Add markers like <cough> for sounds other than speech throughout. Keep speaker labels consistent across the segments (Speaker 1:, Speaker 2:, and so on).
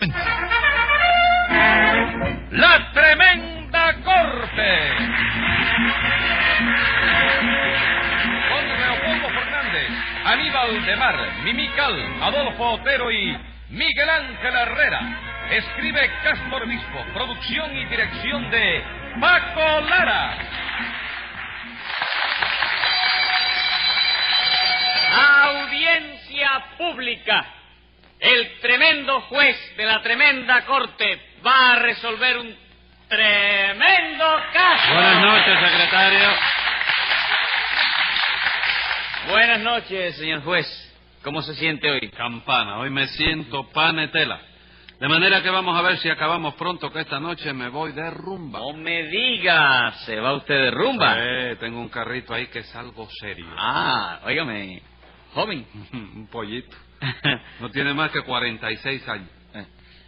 Speaker 1: Corten. La tremenda corte. Con Leopoldo Fernández, Aníbal de Mar, Mimical, Adolfo Otero y Miguel Ángel Herrera. Escribe Castro Obispo, producción y dirección de Paco Lara.
Speaker 2: Audiencia pública. El tremendo juez de la tremenda corte va a resolver un tremendo caso.
Speaker 3: Buenas noches, secretario.
Speaker 2: Buenas noches, señor juez. ¿Cómo se siente hoy?
Speaker 3: Campana, hoy me siento panetela. De manera que vamos a ver si acabamos pronto, que esta noche me voy de rumba.
Speaker 2: No me diga, se va usted de rumba.
Speaker 3: Eh, tengo un carrito ahí que es algo serio.
Speaker 2: Ah, óigame, joven.
Speaker 3: <laughs>
Speaker 2: <laughs>
Speaker 3: un pollito. No tiene más que 46 años.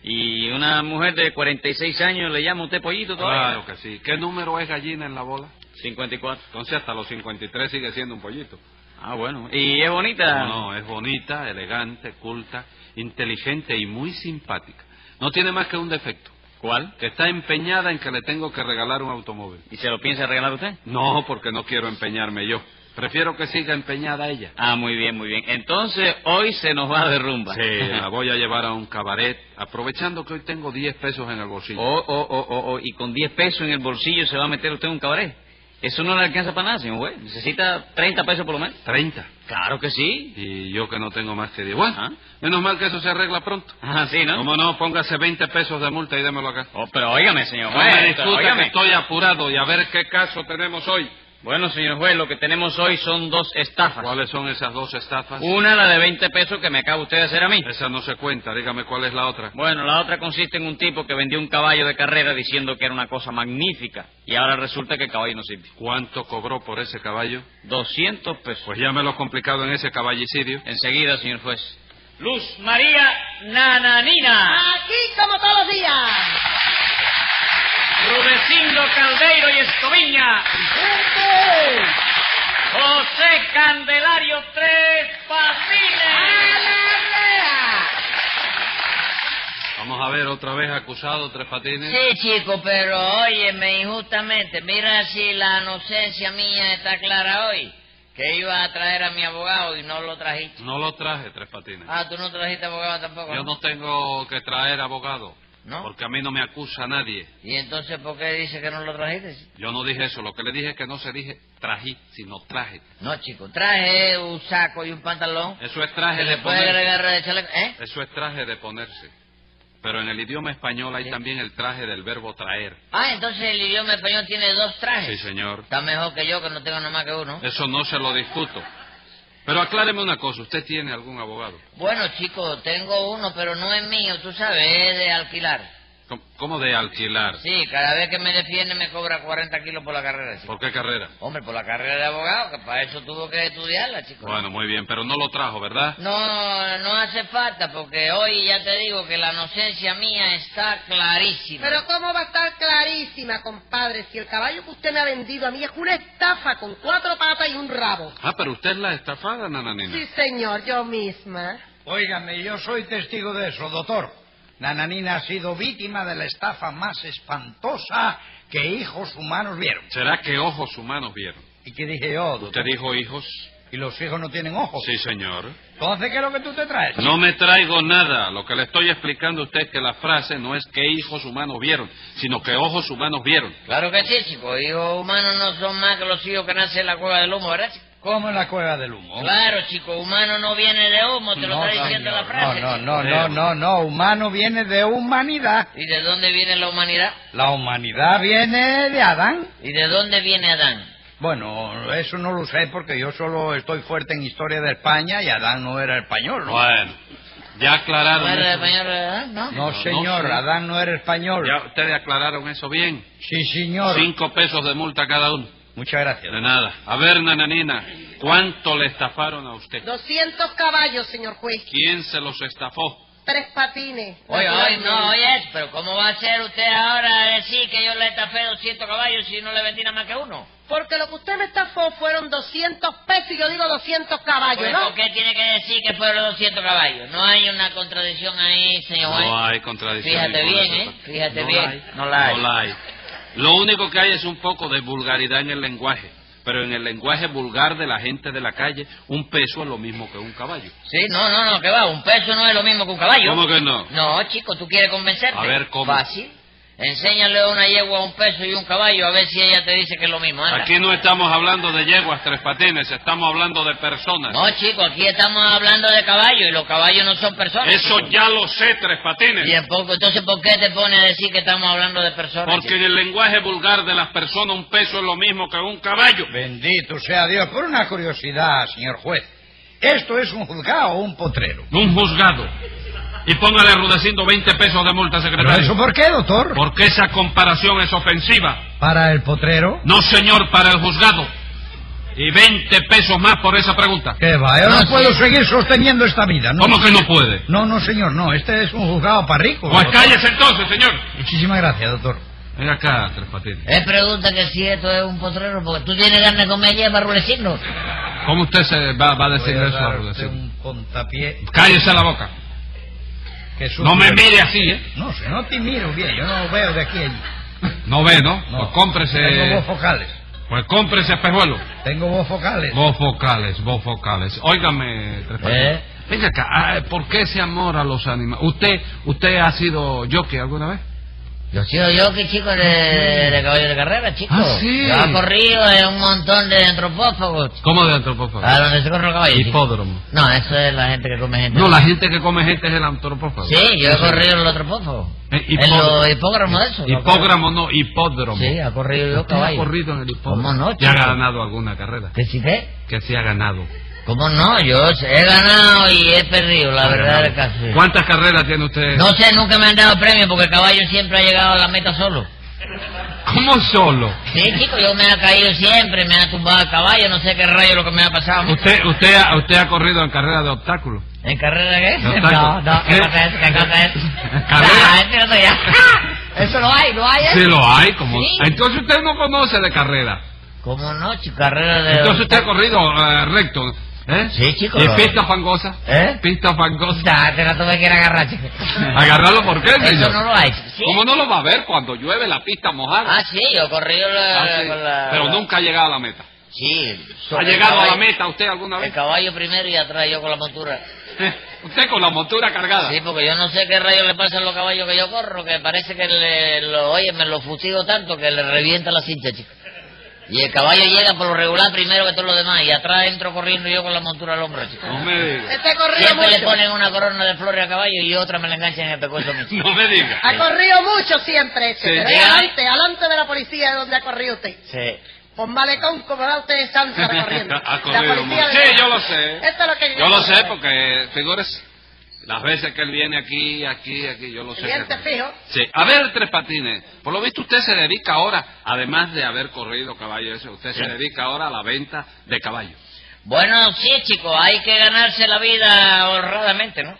Speaker 2: y una mujer de 46 años le llama usted pollito todavía.
Speaker 3: Claro que sí. ¿Qué número es gallina en la bola?
Speaker 2: 54.
Speaker 3: Entonces hasta los 53 sigue siendo un pollito.
Speaker 2: Ah, bueno. ¿Y es bonita?
Speaker 3: No, no, es bonita, elegante, culta, inteligente y muy simpática. No tiene más que un defecto,
Speaker 2: ¿Cuál?
Speaker 3: que está empeñada en que le tengo que regalar un automóvil.
Speaker 2: ¿Y se lo piensa regalar usted?
Speaker 3: No, porque no quiero empeñarme yo. Prefiero que siga empeñada ella.
Speaker 2: Ah, muy bien, muy bien. Entonces, hoy se nos va de rumba. <laughs>
Speaker 3: Sí, <laughs> la voy a llevar a un cabaret, aprovechando que hoy tengo 10 pesos en el bolsillo.
Speaker 2: Oh, oh, oh, oh, oh, y con 10 pesos en el bolsillo se va a meter usted en un cabaret. Eso no le alcanza para nada, señor juez. Necesita 30 pesos por lo menos.
Speaker 3: 30.
Speaker 2: Claro que sí.
Speaker 3: Y yo que no tengo más que 10. Bueno,
Speaker 2: Ah.
Speaker 3: menos mal que eso se arregla pronto.
Speaker 2: Ah, sí, ¿no?
Speaker 3: ¿Cómo no? Póngase 20 pesos de multa y démelo acá.
Speaker 2: Oh, pero óigame, señor
Speaker 3: No me
Speaker 2: juez. pero
Speaker 3: discuta que
Speaker 2: óigame.
Speaker 3: estoy apurado y a ver qué caso tenemos hoy.
Speaker 2: Bueno, señor juez, lo que tenemos hoy son dos estafas.
Speaker 3: ¿Cuáles son esas dos estafas?
Speaker 2: Una, la de 20 pesos que me acaba usted de hacer a mí.
Speaker 3: Esa no se cuenta, dígame cuál es la otra.
Speaker 2: Bueno, la otra consiste en un tipo que vendió un caballo de carrera diciendo que era una cosa magnífica. Y ahora resulta que el caballo no sirve.
Speaker 3: ¿Cuánto cobró por ese caballo?
Speaker 2: 200 pesos.
Speaker 3: Pues ya me lo complicado en ese caballicidio.
Speaker 2: Enseguida, señor juez. Luz María Nananina.
Speaker 4: Aquí como todos los días.
Speaker 2: Rudecindo Caldeiro y Escoviña. José Candelario Tres Patines.
Speaker 3: Vamos a ver otra vez acusado, tres patines.
Speaker 5: Sí, chico, pero óyeme injustamente. Mira si la inocencia mía está clara hoy. Que iba a traer a mi abogado y no lo trajiste.
Speaker 3: No lo traje, tres patines.
Speaker 5: Ah, tú no trajiste abogado tampoco.
Speaker 3: Yo no tengo que traer abogado.
Speaker 5: ¿No?
Speaker 3: Porque a mí no me acusa nadie.
Speaker 5: ¿Y entonces por qué dice que no lo trajiste?
Speaker 3: Yo no dije eso. Lo que le dije es que no se dije trají, sino traje.
Speaker 5: No, chico, traje un saco y un pantalón.
Speaker 3: Eso es
Speaker 5: Se
Speaker 3: traje
Speaker 5: le
Speaker 3: de
Speaker 5: puede
Speaker 3: ponerse.
Speaker 5: agregar el chaleco. ¿Eh?
Speaker 3: Eso es traje de ponerse. Pero en el idioma español hay
Speaker 5: Sí.
Speaker 3: también el traje del verbo traer.
Speaker 5: Ah, entonces el idioma español tiene dos
Speaker 3: Sí,
Speaker 5: trajes.
Speaker 3: señor.
Speaker 5: Está mejor que yo, que no tengo nomás que uno.
Speaker 3: Eso no se lo discuto. Pero acláreme una cosa, ¿usted tiene algún abogado?
Speaker 5: Bueno, chico, tengo uno, pero no es mío, tú sabes, es de alquilar.
Speaker 3: ¿Cómo, cómo de alquilar?
Speaker 5: Sí, cada vez que me defiende me cobra 40 kilos por la carrera, chico.
Speaker 3: ¿Por qué carrera?
Speaker 5: Hombre, por la carrera de abogado, que para eso tuvo que estudiarla, chico.
Speaker 3: Bueno, muy bien, pero no lo trajo, ¿verdad?
Speaker 5: No, no hace falta, porque hoy ya te digo que la inocencia mía está clarísima.
Speaker 4: Pero cómo va a estar clarísima, compadre, si el caballo que usted me ha vendido a mí es una estafa con cuatro patas y un rabo.
Speaker 3: Ah, pero usted es la estafada, nananina.
Speaker 4: Sí, señor, yo misma.
Speaker 6: Óigame, yo soy testigo de eso, doctor. Nananina ha sido víctima de la estafa más espantosa que hijos humanos vieron.
Speaker 3: ¿Será que ojos humanos vieron?
Speaker 6: ¿Y qué dije yo,
Speaker 3: ¿Usted
Speaker 6: doctor?
Speaker 3: dijo hijos?
Speaker 6: ¿Y los hijos no tienen ojos?
Speaker 3: Sí, señor.
Speaker 6: Entonces, ¿qué es lo que tú te traes?
Speaker 3: No me traigo nada. Lo que le estoy explicando a usted es que la frase no es que hijos humanos vieron, sino que ojos humanos vieron.
Speaker 5: Claro que sí, chico, hijos humanos no son más que los hijos que nacen en la cueva del humo, ¿verdad, chico?
Speaker 6: ¿Cómo en la cueva del humo?
Speaker 5: Claro, chico, humano no viene de humo, te lo
Speaker 6: Oh. No,
Speaker 5: está diciendo
Speaker 6: señor.
Speaker 5: la frase.
Speaker 6: no,
Speaker 5: chico.
Speaker 6: no, no, no, no, no. Humano viene de humanidad.
Speaker 5: ¿Y de dónde viene la humanidad?
Speaker 6: La humanidad viene de Adán.
Speaker 5: ¿Y de dónde viene Adán?
Speaker 6: Bueno, eso no lo sé porque yo solo estoy fuerte en historia de España y Adán no era español, ¿no?
Speaker 3: Bueno, ya
Speaker 5: ¿No
Speaker 3: aclararon
Speaker 5: era
Speaker 3: eso.
Speaker 5: español de Adán? ¿eh? No.
Speaker 6: No,
Speaker 3: No,
Speaker 6: señor,
Speaker 3: no sé.
Speaker 6: Adán no era español.
Speaker 3: Ya ustedes aclararon eso bien.
Speaker 6: Sí, señor.
Speaker 3: Cinco pesos de multa cada uno.
Speaker 6: Muchas gracias.
Speaker 3: De nada. A ver, nananina, ¿cuánto le estafaron a usted?
Speaker 4: 200 caballos, señor juez.
Speaker 3: ¿Quién se los estafó?
Speaker 4: tres patines.
Speaker 5: Oye, oye, no,
Speaker 4: naturalmente.
Speaker 5: oye, esto, pero ¿cómo va a ser usted ahora a decir que yo le estafé 200 caballos si no le vendí nada más que uno?
Speaker 4: Porque lo que usted me estafó fueron 200 pesos y yo digo 200 caballos,
Speaker 5: Pues,
Speaker 4: ¿no?
Speaker 5: ¿Por qué tiene que decir que fueron 200 caballos? No hay una contradicción ahí, señor juez.
Speaker 3: No hay contradicción.
Speaker 5: Fíjate
Speaker 3: ninguna,
Speaker 5: bien, ¿eh?
Speaker 3: doctor.
Speaker 5: Fíjate
Speaker 3: No
Speaker 5: bien.
Speaker 3: la hay.
Speaker 5: No la hay.
Speaker 3: No la hay. Lo único que hay es un poco de vulgaridad en el lenguaje. Pero en el lenguaje vulgar de la gente de la calle, un peso es lo mismo que un caballo.
Speaker 5: Sí, no, no, no, que va, un peso no es lo mismo que un caballo.
Speaker 3: ¿Cómo que no?
Speaker 5: No, chico, tú quieres convencerte.
Speaker 3: A ver, ¿cómo?
Speaker 5: Fácil. Enséñale a una yegua un peso y un caballo a ver si ella te dice que es lo mismo. anda.
Speaker 3: Aquí no estamos hablando de yeguas, tres patines, estamos hablando de personas.
Speaker 5: No, chico, aquí estamos hablando de caballos y los caballos no son personas.
Speaker 3: Eso
Speaker 5: chico.
Speaker 3: ya lo sé, tres patines.
Speaker 5: Y en poco, entonces, ¿por qué te pone a decir que estamos hablando de personas?
Speaker 3: Porque
Speaker 5: chico?
Speaker 3: en el lenguaje vulgar de las personas un peso es lo mismo que un caballo.
Speaker 6: Bendito sea Dios. Por una curiosidad, señor juez. ¿Esto es un juzgado o un potrero?
Speaker 3: Un juzgado. Y póngale a Rudecindo 20 pesos de multa,
Speaker 6: ¿Pero
Speaker 3: secretario.
Speaker 6: eso por qué, doctor?
Speaker 3: Porque esa comparación es ofensiva.
Speaker 6: ¿Para el potrero?
Speaker 3: No, señor, para el juzgado. Y 20 pesos más por esa pregunta.
Speaker 6: ¿Qué va? Yo no,
Speaker 5: No, sí.
Speaker 6: puedo seguir sosteniendo esta vida, Eh, ¿no?
Speaker 3: ¿Cómo que no puede?
Speaker 6: No, no, señor, no. Este es un juzgado para ricos.
Speaker 3: Pues
Speaker 6: doctor.
Speaker 3: cállese entonces, señor. Eh,
Speaker 6: Muchísimas gracias, doctor.
Speaker 3: Ven acá, Tres Patines.
Speaker 5: Él pregunta que si esto es un potrero, porque tú tienes ganas de comer yegua, rulecino.
Speaker 3: ¿Cómo usted se va, va a decir
Speaker 6: Voy a
Speaker 3: eso a
Speaker 6: darte
Speaker 3: Rudecindo?
Speaker 6: un puntapié
Speaker 3: Cállese la boca.
Speaker 6: que sufre.
Speaker 3: No me mire así, ¿eh?
Speaker 6: No, si no te miro bien, yo no veo de aquí a allí.
Speaker 3: No ve, ¿no?
Speaker 6: No.
Speaker 3: Pues cómprese...
Speaker 6: Tengo voz focales.
Speaker 3: Pues cómprese espejuelo.
Speaker 6: Tengo voz focales.
Speaker 3: Vos focales, vos focales. Óigame, Tres Patines.
Speaker 5: ¿Eh?
Speaker 3: Venga acá, ah, ¿por qué ese amor a los animales? ¿Usted usted ha sido jockey alguna vez?
Speaker 5: Yo he sido yo que chico de, de caballo de carrera, chico.
Speaker 3: Ah, sí.
Speaker 5: Yo he corrido en un montón de antropófagos.
Speaker 3: ¿Cómo de antropófago?
Speaker 6: Ah,
Speaker 5: ¿A dónde se corre el caballo? chico?
Speaker 3: Hipódromo.
Speaker 5: No, eso es la gente que come gente.
Speaker 3: No, la gente que come gente es el antropófago.
Speaker 5: Sí, yo he corrido en los antropófagos.
Speaker 3: Eh,
Speaker 5: En
Speaker 3: hipódromo.
Speaker 5: los hipógramos de eso. los
Speaker 3: Hipógramo, no, hipódromo.
Speaker 5: Sí, ha corrido yo
Speaker 3: Usted ha
Speaker 5: caballo.
Speaker 3: corrido en el hipódromo.
Speaker 5: ¿Cómo no,
Speaker 3: ¿Y ha
Speaker 5: chico?
Speaker 3: ganado alguna carrera?
Speaker 5: ¿Que sí qué?
Speaker 3: Que sí ha ganado.
Speaker 5: ¿Cómo no? Yo he ganado y he perdido, la
Speaker 3: Ha
Speaker 5: verdad
Speaker 3: ganado.
Speaker 5: del caso. sí.
Speaker 3: ¿Cuántas carreras tiene usted?
Speaker 5: No sé, nunca me han dado premio porque el caballo siempre ha llegado a la meta solo.
Speaker 3: ¿Cómo solo? <laughs>
Speaker 5: Sí, chico, yo me ha caído siempre, me ha tumbado el caballo, no sé qué rayo lo que me ha pasado.
Speaker 3: ¿Usted, usted, ha- usted ha corrido en carrera de obstáculos?
Speaker 5: ¿En carrera qué?
Speaker 3: No,
Speaker 5: No,
Speaker 3: taco.
Speaker 5: no, ¿qué cosa es? ¿Qué cosa es?
Speaker 3: Carrera.
Speaker 5: Ah, espérate ya. <laughs> Eso no hay, no hay. ¿eh?
Speaker 3: Sí, lo hay. como
Speaker 5: Sí.
Speaker 3: Entonces usted no conoce de carrera.
Speaker 5: ¿Cómo no, chico? Carrera de...
Speaker 3: Entonces usted ha corrido eh, recto. ¿eh?
Speaker 5: Sí, chico,
Speaker 3: ¿Y
Speaker 5: lo-
Speaker 3: pista fangosa?
Speaker 5: ¿Eh?
Speaker 3: ¿Pista fangosa?
Speaker 5: Ya, te la tuve que ir a agarrar, chico.
Speaker 3: ¿Agarrarlo por qué, señor?
Speaker 5: Eso no lo hay. ¿Sí?
Speaker 3: ¿Cómo no lo va a ver cuando llueve la pista mojada?
Speaker 5: Ah, sí, yo corrí la,
Speaker 3: Ah, sí.
Speaker 5: con la...
Speaker 3: Pero nunca ha llegado a la meta.
Speaker 5: Sí.
Speaker 3: ¿Ha
Speaker 5: sobre el
Speaker 3: llegado a la
Speaker 5: caballo-
Speaker 3: meta usted alguna
Speaker 5: El
Speaker 3: vez?
Speaker 5: caballo primero y atrás yo con la montura.
Speaker 3: usted con la montura cargada.
Speaker 5: Sí, porque yo no sé qué rayo le pasa a los caballos que yo corro, que parece que le, lo, oye, me lo fustigo tanto que le revienta la cinta, chico. Y el caballo llega por lo regular primero que todos los demás, y atrás entro corriendo yo con la montura al hombro, chico.
Speaker 3: No me diga.
Speaker 4: Este ha corrido
Speaker 5: Siempre le
Speaker 4: mucho.
Speaker 5: ponen una corona de flores a caballo y otra me la enganchan en el pecuezo mío.
Speaker 3: <laughs> No me diga.
Speaker 4: Ha corrido mucho siempre ese.
Speaker 3: Sí.
Speaker 4: Pero
Speaker 5: Sí.
Speaker 4: adelante, adelante de la policía de donde ha corrido usted.
Speaker 5: Sí.
Speaker 4: Por malecón, como da usted de
Speaker 3: <laughs>
Speaker 4: Sansa recorriendo.
Speaker 3: ha
Speaker 4: La
Speaker 3: corrido
Speaker 4: policía
Speaker 3: mucho.
Speaker 4: de-
Speaker 3: Sí, yo lo sé.
Speaker 4: Esto es lo que
Speaker 3: Yo lo sé porque, figúrese, las veces que él viene aquí, aquí, aquí, yo lo sé.
Speaker 4: Cliente
Speaker 3: que-
Speaker 4: fijo.
Speaker 3: Sí. A ver, Tres Patines, por lo visto usted se dedica ahora, además de haber corrido caballo eso, usted se dedica ahora a la venta de caballos.
Speaker 5: Bueno, sí, chico, hay que ganarse la vida honradamente, ¿no?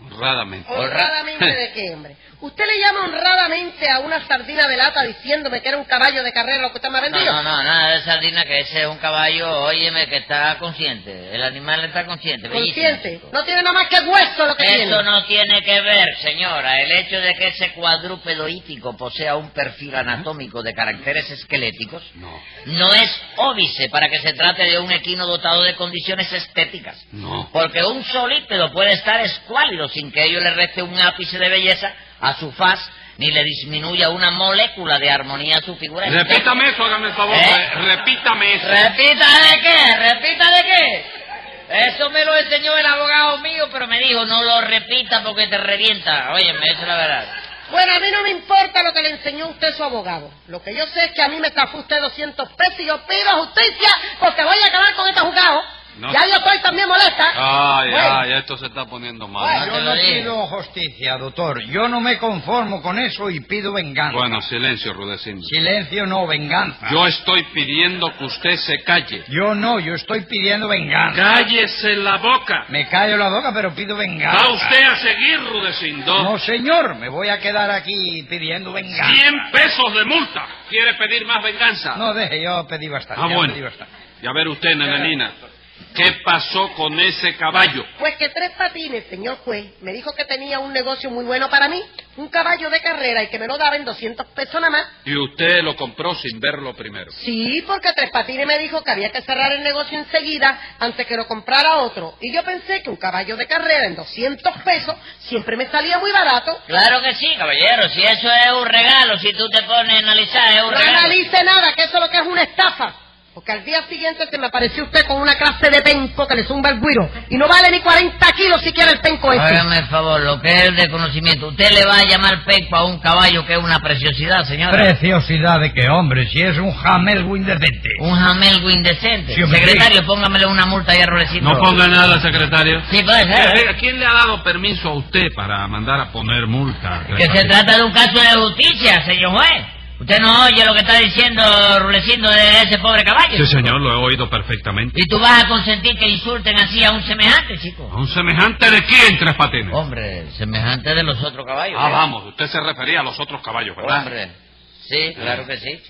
Speaker 3: Honradamente.
Speaker 4: ¿Honradamente de qué, hombre? ¿Usted le llama honradamente a una sardina de lata diciéndome que era un caballo de carrera lo que usted me ha
Speaker 5: No,
Speaker 4: vendido?
Speaker 5: no, no, nada de sardina, que ese es un caballo, óyeme, que está consciente. El animal está consciente. bellísimo,
Speaker 4: Consciente.
Speaker 5: chico.
Speaker 4: No tiene nada más que hueso lo que tiene.
Speaker 5: Eso no tiene que ver, señora, el hecho de que ese cuadrúpedo hípico posea un perfil anatómico de caracteres esqueléticos
Speaker 3: No,
Speaker 5: no es óbice para que se trate de un equino dotado de condiciones estéticas.
Speaker 3: no.
Speaker 5: Porque un solípedo puede estar escuálido sin que ello le reste un ápice de belleza a su faz ni le disminuya una molécula de armonía a su figura.
Speaker 3: Repítame eso, hágame el favor.
Speaker 5: ¿Eh?
Speaker 3: re- Repítame eso.
Speaker 5: ¿Repita de qué? ¿Repita de qué? Eso me lo enseñó el abogado mío, pero me dijo, no lo repita porque te revienta. Óyeme, esa es la verdad.
Speaker 4: Bueno, a mí no me importa lo que le enseñó usted su abogado. Lo que yo sé es que a mí me estafó usted 200 pesos y yo pido justicia porque voy a acabar con este juzgado.
Speaker 1: No.
Speaker 4: Ya yo estoy también molesta.
Speaker 1: Ay,
Speaker 4: Bueno,
Speaker 1: ay, esto se está poniendo
Speaker 5: Bueno.
Speaker 1: mal.
Speaker 5: te
Speaker 6: Yo
Speaker 5: lo
Speaker 6: no
Speaker 5: digo.
Speaker 6: pido justicia, doctor. Yo no me conformo con eso y pido venganza.
Speaker 1: ¿eh? Bueno, silencio, Rudecindo.
Speaker 6: Silencio no, venganza.
Speaker 1: Yo estoy pidiendo que usted se calle.
Speaker 6: Yo no, yo estoy pidiendo venganza.
Speaker 1: ¡Cállese la boca!
Speaker 6: Me callo la boca, pero pido venganza.
Speaker 1: Va usted a seguir, Rudecindo.
Speaker 6: No, señor, me voy a quedar aquí pidiendo venganza.
Speaker 1: 100 pesos de multa. ¿Quiere pedir más venganza?
Speaker 6: No, deje, yo pedí bastante.
Speaker 1: ah,
Speaker 6: yo
Speaker 1: bueno.
Speaker 6: pedí bastante.
Speaker 1: Y a ver usted, nananina, ¿qué pasó con ese caballo?
Speaker 4: Pues que tres patines, señor juez, me dijo que tenía un negocio muy bueno para mí, un caballo de carrera y que me lo daba en 200 pesos nada más.
Speaker 1: Y usted lo compró sin verlo primero.
Speaker 4: Sí, porque Tres Patines me dijo que había que cerrar el negocio enseguida antes que lo comprara otro. Y yo pensé que un caballo de carrera en 200 pesos siempre me salía muy barato.
Speaker 5: Claro que sí, caballero. Si eso es un regalo, si tú te pones a analizar, es un
Speaker 4: No
Speaker 5: regalo.
Speaker 4: analice nada, que eso lo que es una estafa. Porque al día siguiente se me apareció usted con una clase de penco que le zumba el guiro. Y no vale ni 40 kilos siquiera el penco
Speaker 6: pues.
Speaker 4: este. ese.
Speaker 5: Hágame el favor, lo que es de conocimiento. ¿Usted le va a llamar peco a un caballo que es una preciosidad, señora?
Speaker 6: Preciosidad de que, hombre, si es un jamelwin decente.
Speaker 5: Un jamelgo indecente.
Speaker 6: Sí, hombre,
Speaker 5: Secretario, póngamele una multa y a Rulecito.
Speaker 1: nada, secretario.
Speaker 5: Sí, puede ser.
Speaker 1: Eh, eh, ¿Quién le ha dado permiso a usted para mandar a poner multa?
Speaker 5: Que se trata de un caso de justicia, señor juez. Usted no oye lo que está diciendo Rulecito de ese pobre caballo.
Speaker 1: Sí, Este señor, lo he oído perfectamente.
Speaker 5: Y tú vas a consentir que insulten así a un semejante, chico.
Speaker 1: ¿Un semejante de quién, Tres Patines?
Speaker 5: Hombre, semejante de los otros caballos.
Speaker 1: Ah,
Speaker 5: ¿eh?
Speaker 1: vamos, usted se refería a los otros caballos, ¿verdad?
Speaker 5: Hombre. Sí, claro que sí.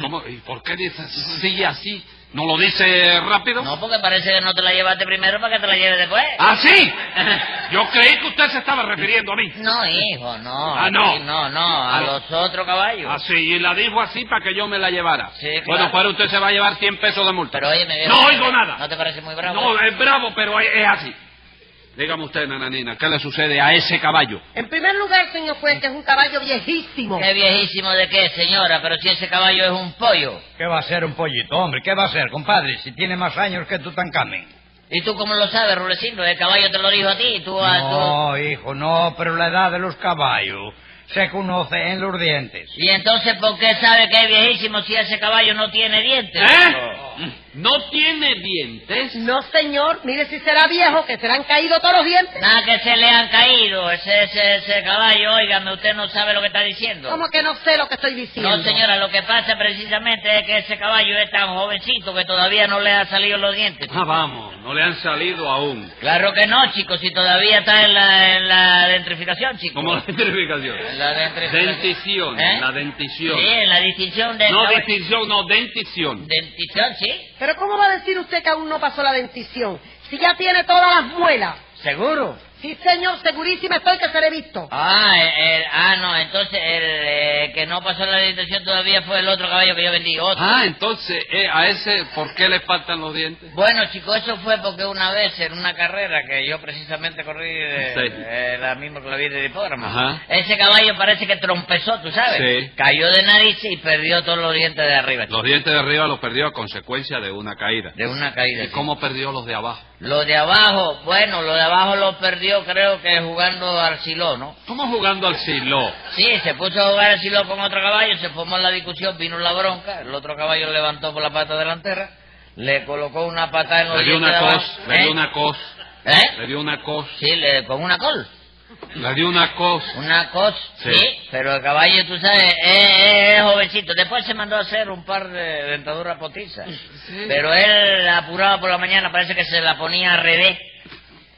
Speaker 1: ¿Cómo? ¿Y por qué dice así, así? ¿No lo dice rápido?
Speaker 5: No, porque parece que no te la llevaste primero para que te la lleves después.
Speaker 1: ¿Ah, sí?
Speaker 5: Ah.
Speaker 1: Yo creí que usted se estaba refiriendo a mí.
Speaker 5: <laughs> No, hijo, no.
Speaker 1: Ah, no.
Speaker 5: Sí, No, no, Ah, a
Speaker 1: Ah.
Speaker 5: los otros caballos.
Speaker 1: Así, Ah, y la dijo así para que yo me la llevara.
Speaker 5: Sí, claro.
Speaker 1: Bueno, para usted se va a llevar 100 pesos de multa.
Speaker 5: Pero oye, me ¿eh?
Speaker 1: No oigo nada.
Speaker 5: ¿No te parece muy bravo?
Speaker 1: No, es bravo, pero es, es así. Dígame usted, nananina, ¿qué le sucede a ese caballo?
Speaker 4: En primer lugar, señor juez, que es un caballo viejísimo.
Speaker 5: Qué viejísimo de qué, señora, pero si ese caballo es un pollo.
Speaker 6: ¿Qué va a ser un pollito, hombre? ¿Qué va a ser, compadre? Si tiene más años que Tutankamen.
Speaker 5: ¿Y tú cómo lo sabes, Rulecito? El caballo te lo dijo a ti, tú a tú-
Speaker 6: No, hijo, no, pero la edad de los caballos se conoce en los dientes.
Speaker 5: ¿Y entonces por qué sabe que es viejísimo si ese caballo no tiene dientes?
Speaker 1: ¿Eh? ¿No tiene dientes?
Speaker 4: No, señor, mire si será viejo, que se le han caído todos los dientes.
Speaker 5: Nada que se le han caído, ese, ese, ese caballo, óigame, usted no sabe lo que está diciendo.
Speaker 4: ¿Cómo que no sé lo que estoy diciendo?
Speaker 5: No, señora, lo que pasa precisamente es que ese caballo es tan jovencito que todavía no le ha salido los dientes.
Speaker 1: Ah, vamos, no le han salido aún.
Speaker 5: Claro que no, chicos, si todavía está en la, en la dentrificación, chicos.
Speaker 1: Como la identificación.
Speaker 5: En la dentrificación.
Speaker 1: Dentición,
Speaker 5: ¿Eh?
Speaker 1: la dentición.
Speaker 5: Sí, en la distinción de...
Speaker 1: No distinción, no dentición.
Speaker 5: Dentición, sí,
Speaker 4: Pero ¿cómo va a decir usted que aún no pasó la dentición? Si ya tiene todas las muelas.
Speaker 5: seguro.
Speaker 4: Sí, señor, segurísima estoy que seré visto.
Speaker 5: Ah, el- el- ah, no, entonces el eh, que no pasó la distinción todavía fue el otro caballo que yo vendí, otro.
Speaker 1: Ah, entonces, eh, a ese, ¿por qué le faltan los dientes?
Speaker 5: Bueno, chicos, eso fue porque una vez en una carrera que yo precisamente corrí eh,
Speaker 1: Sí.
Speaker 5: eh, la misma que la vi de hipódromo,
Speaker 1: Ajá.
Speaker 5: ese caballo parece que trompezó, tú sabes,
Speaker 1: Sí.
Speaker 5: cayó de nariz y perdió todos los dientes de arriba, chico,
Speaker 1: Los dientes de arriba los perdió a consecuencia de una caída.
Speaker 5: de una caída.
Speaker 1: ¿Y
Speaker 5: chico.
Speaker 1: cómo perdió los de abajo?
Speaker 5: Lo de abajo, bueno, lo de abajo lo perdió creo que jugando al siló, ¿no?
Speaker 1: ¿Cómo jugando al silo?
Speaker 5: Sí, se puso a jugar el silo con otro caballo, se formó la discusión, vino la bronca, el otro caballo le levantó por la pata delantera, le colocó una patada en los
Speaker 1: Le dio
Speaker 5: dientes
Speaker 1: una
Speaker 5: de abajo,
Speaker 1: cos, le dio
Speaker 5: ¿eh?
Speaker 1: una cos,
Speaker 5: ¿Eh?
Speaker 1: le dio una cos,
Speaker 5: Sí, le, con una col.
Speaker 1: le dio una cos.
Speaker 5: Una cosa,
Speaker 1: Sí.
Speaker 5: sí. pero el caballo, tú sabes, es, es- es jovencito. Después se mandó a hacer un par de dentaduras potizas. Pero él apuraba por la mañana, parece que se la ponía al revés.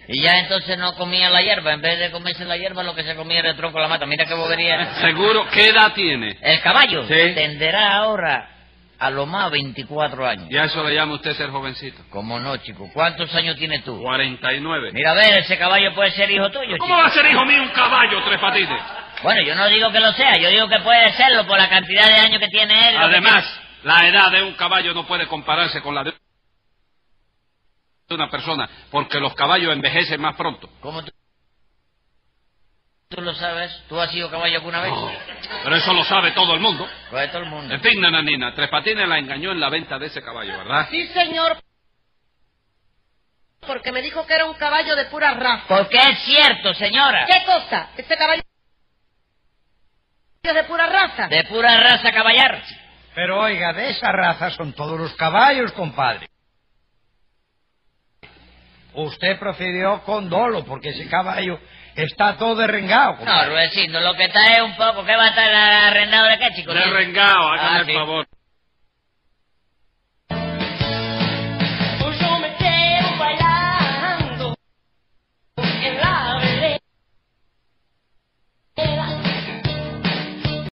Speaker 5: Y ya entonces no comía la hierba. En vez de comerse la hierba, lo que se comía era el tronco de la mata. Mira qué bobería.
Speaker 1: Seguro, ¿qué edad tiene?
Speaker 5: El caballo
Speaker 1: Sí.
Speaker 5: tenderá ahora a lo más 24 años.
Speaker 1: Y a eso le llama usted ser jovencito.
Speaker 5: ¿Cómo no, chico? ¿Cuántos años tienes tú?
Speaker 1: 49.
Speaker 5: Mira, a ver, ese caballo puede ser hijo tuyo,
Speaker 1: ¿Cómo
Speaker 5: chico.
Speaker 1: va a ser hijo mío un caballo, tres patines?
Speaker 5: Bueno, yo no digo que lo sea, yo digo que puede serlo por la cantidad de años que tiene él. lo que
Speaker 1: Además, la edad de un caballo no puede compararse con la de una persona, porque los caballos envejecen más pronto.
Speaker 5: tiene. ¿Cómo tú? tú lo sabes? ¿Tú has sido caballo alguna vez?
Speaker 1: No, Pero eso lo sabe todo el mundo.
Speaker 5: Pues todo el mundo.
Speaker 1: En fin, nananina, Tres Patines la engañó en la venta de ese caballo, ¿verdad?
Speaker 4: Sí, señor. Porque me dijo que era un caballo de pura raza.
Speaker 5: Porque es cierto, señora.
Speaker 4: ¿Qué cosa? ¿Este caballo es de pura raza?
Speaker 5: De pura raza caballar.
Speaker 6: Pero oiga, de esa raza son todos los caballos, compadre. Usted procedió con dolo porque ese caballo está todo derrengado.
Speaker 5: No, Rudecindo, lo que está es un poco... ¿Qué va a estar arrendado de qué, chico?
Speaker 3: Derrengado, hágame
Speaker 5: Ah,
Speaker 3: el
Speaker 5: sí.
Speaker 3: favor.